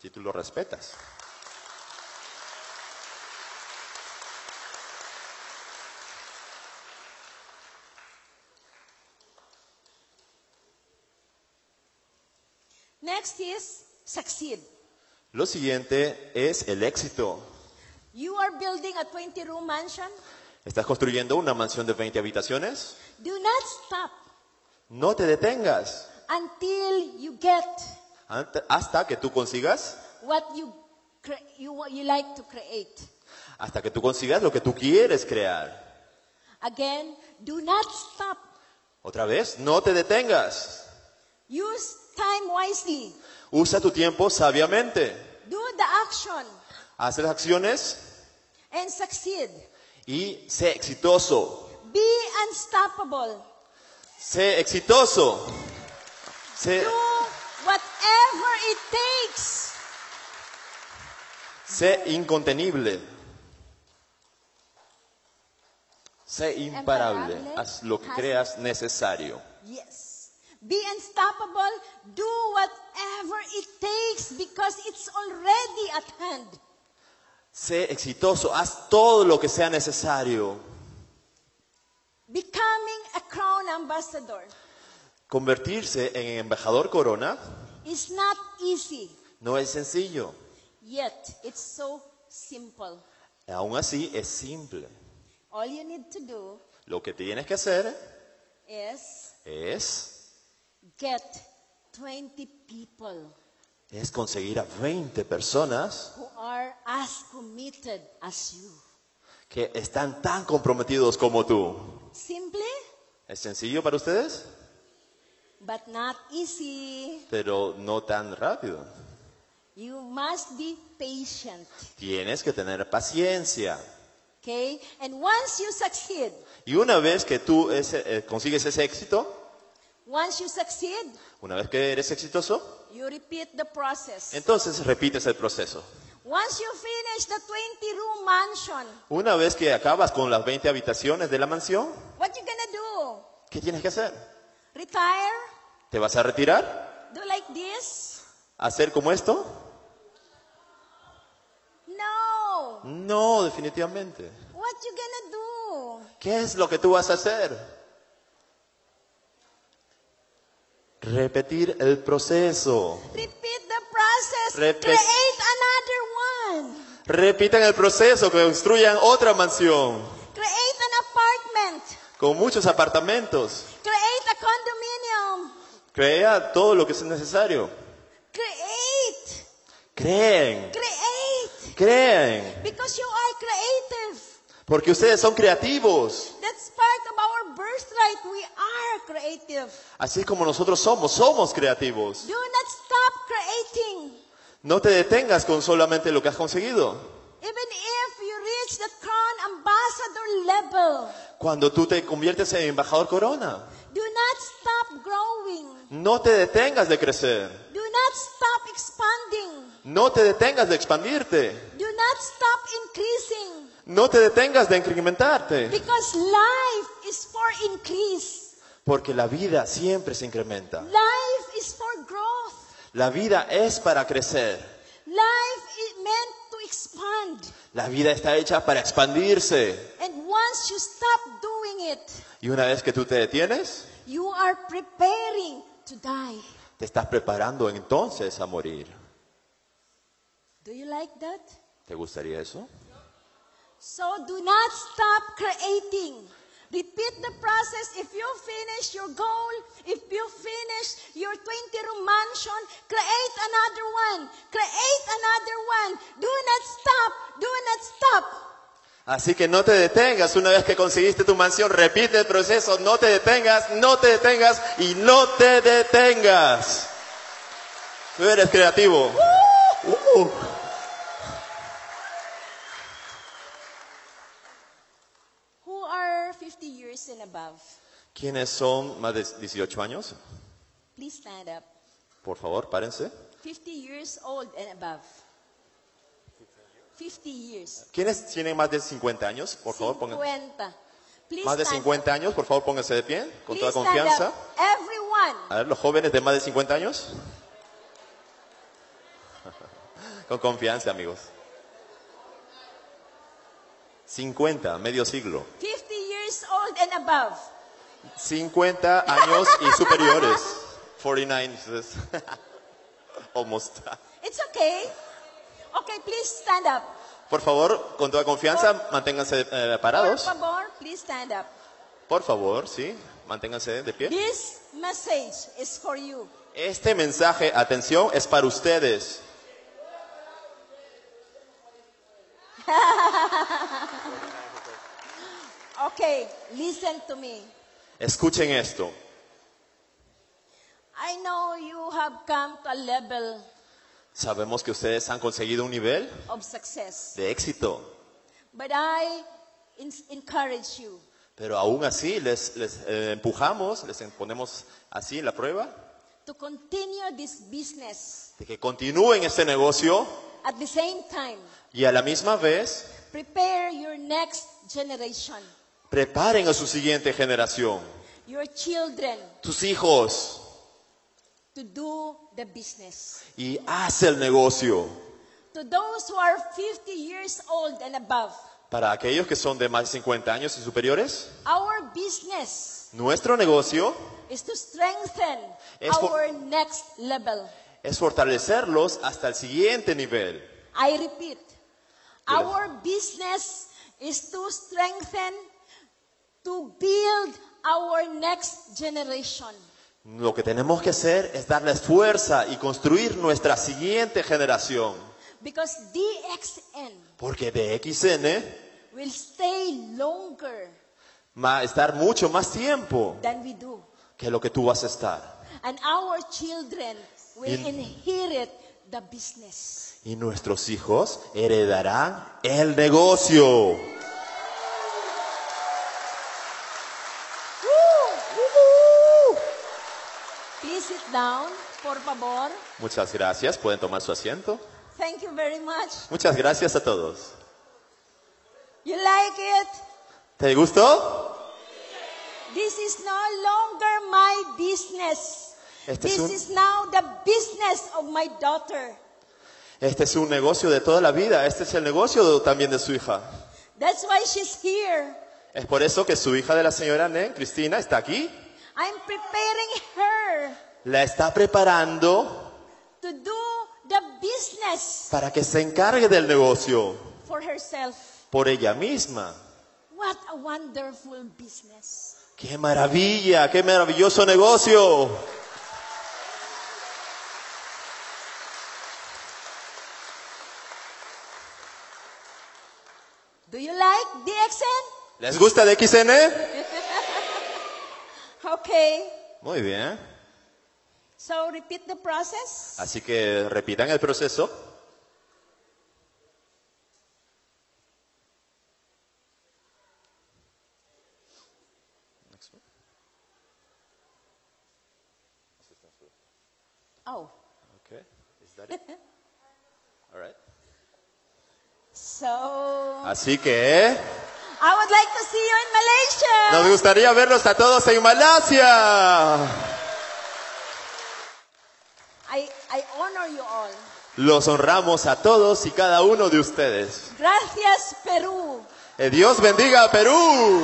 Si tú lo respetas. Next is succeed. Lo siguiente es el éxito. You are building a 20 room mansion. ¿Estás construyendo una mansión de 20 habitaciones? Do not stop No te detengas until you get ant- hasta que tú consigas, what you, cre- you, what you like to create. hasta que tú consigas lo que tú quieres crear. Again, do not stop. Otra vez, no te detengas. Use time wisely. Usa tu tiempo sabiamente. Do the action Haz las acciones and succeed. y sé exitoso. Be unstoppable. Sé exitoso. Sé, Do whatever it takes. sé incontenible. Sé imparable. Imparable. Haz lo que Haz- creas necesario. Yes. Be unstoppable. Do whatever it takes because it's already at hand. Sé exitoso, haz todo lo que sea necesario. Becoming a crown ambassador Convertirse en embajador corona is not easy, no es sencillo. yet it's so simple. Aún así es simple. All you need to do Lo que tienes que hacer is es, get 20 people es conseguir a 20 personas who are as committed as you. que están tan comprometidos como tú. Simply ¿Es sencillo para ustedes? but not easy. pero no tan rápido. You must be patient. Tienes que tener paciencia. Okay? And once you succeed, Y una vez que tú ese- eh, consigues ese éxito, once you succeed, una vez que eres exitoso, you repeat the process. entonces repites el proceso. Once you finish the 20 room mansion, Una vez que acabas con las 20 habitaciones de la mansión, what you gonna do? ¿qué tienes que hacer? Retire? ¿Te vas a retirar? Do like this? ¿Hacer como esto? No. No, definitivamente. What you gonna do? ¿Qué es lo que tú vas a hacer? Repetir el proceso. Repeat the process. Repet- Create another one. Repitan el proceso, construyan otra mansión Create an apartment. con muchos apartamentos. Create a condominium. Crea todo lo que es necesario. Create. Creen, Create. creen, Because you are creative. porque ustedes son creativos, That's part of our birthright. We are creative. así como nosotros somos, somos creativos. Do not stop creating. No te detengas con solamente lo que has conseguido. Even if you reach the crown ambassador level, Cuando tú te conviertes en embajador corona, do not stop growing. no te detengas de crecer, Do not stop expanding. no te detengas de expandirte, Do not stop increasing. no te detengas de incrementarte, Because life is for increase. porque la vida siempre se incrementa. Life is for growth. La vida es para crecer, Life is meant to expand. la vida está hecha para expandirse. And once you stop doing it, Y una vez que tú te detienes, you are preparing to die. te estás preparando entonces a morir. Do you like that? ¿Te gustaría eso? So do not stop creating. Repeat the process. If you finish your goal, if you finish your 20 room mansion, create another one. Create another one. Do not stop. Do not stop. Así que no te detengas una vez que conseguiste tu mansión, repite el proceso, no te detengas, no te detengas y no te detengas. Tú eres creativo. Uh. Who are 50 years and above? ¿Quiénes son más de 18 años? Please stand up. Por favor, párense. 50 years old and above. 50 years. ¿Quiénes tienen más de 50 años? Por favor, pongan. 50. Please Más de stand up. 50 años, por favor, pónganse de pie, con toda Please stand confianza. up. Everyone. A ver, los jóvenes de más de 50 años. Con confianza, amigos. 50, medio siglo. 50 years old and above. 50 años y superiores. 49, says. almost. It's okay. Okay, please stand up. Por favor, con toda confianza, manténganse eh, Por parados. favor, please stand up. Por favor, sí, manténganse de pie. This message is for you. Este mensaje, atención, es para ustedes. Okay, listen to me. Escuchen esto. I know you have come to a level Sabemos que ustedes han conseguido un nivel of success, de éxito. but I en- encourage you. Pero aún así les, les, eh, empujamos, les ponemos así en la prueba to continue this business. de que continúen este negocio At the same time, y a la misma vez prepare your next generation, preparen a su siguiente generación, your children, tus hijos, to do the business. y haz el negocio. To those who are 50 years old and above, Para aquellos que son de más de 50 años y superiores, our business nuestro negocio is to strengthen Es for- our next level. es fortalecerlos hasta el siguiente nivel. I repeat, our business is to strengthen, to build our next generation. Lo que tenemos que hacer es darles fuerza y construir nuestra siguiente generación. Because DXN Porque DXN will stay longer va a estar mucho más tiempo than we do. que lo que tú vas a estar. and our children will In- inherit the business. Y nuestros hijos heredarán el negocio. Please sit down, por favor. Muchas gracias. Pueden tomar su asiento. Thank you very much. Muchas gracias a todos. You like it? ¿Te gustó? This is no longer my business. Este es this un- is now the business of my daughter. Este es un negocio de toda la vida. Este es el negocio de- también de su hija. That's why she's here. Es por eso que su hija de la señora Nen, Cristina, está aquí. I'm preparing her La está preparando to do the business para que se encargue del negocio for herself. por ella misma. What a wonderful business. ¡Qué maravilla! ¡Qué maravilloso negocio! Do you like the accent? ¿Les gusta de XN? Okay. Muy bien. So repeat the process. Así que repitan el proceso. Oh. Okay. Is that it? All right. So Así que I would like to see you in Malaysia. nos gustaría verlos a todos en Malasia. I, I honor you all. Los honramos a todos y cada uno de ustedes. Gracias, Perú. Eh, Dios bendiga a Perú.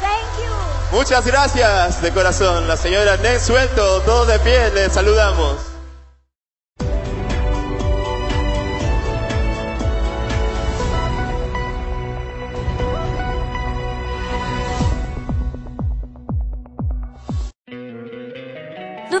Thank you. Muchas gracias de corazón. La señora Ned Suelto, todos de pie, les saludamos. ¿No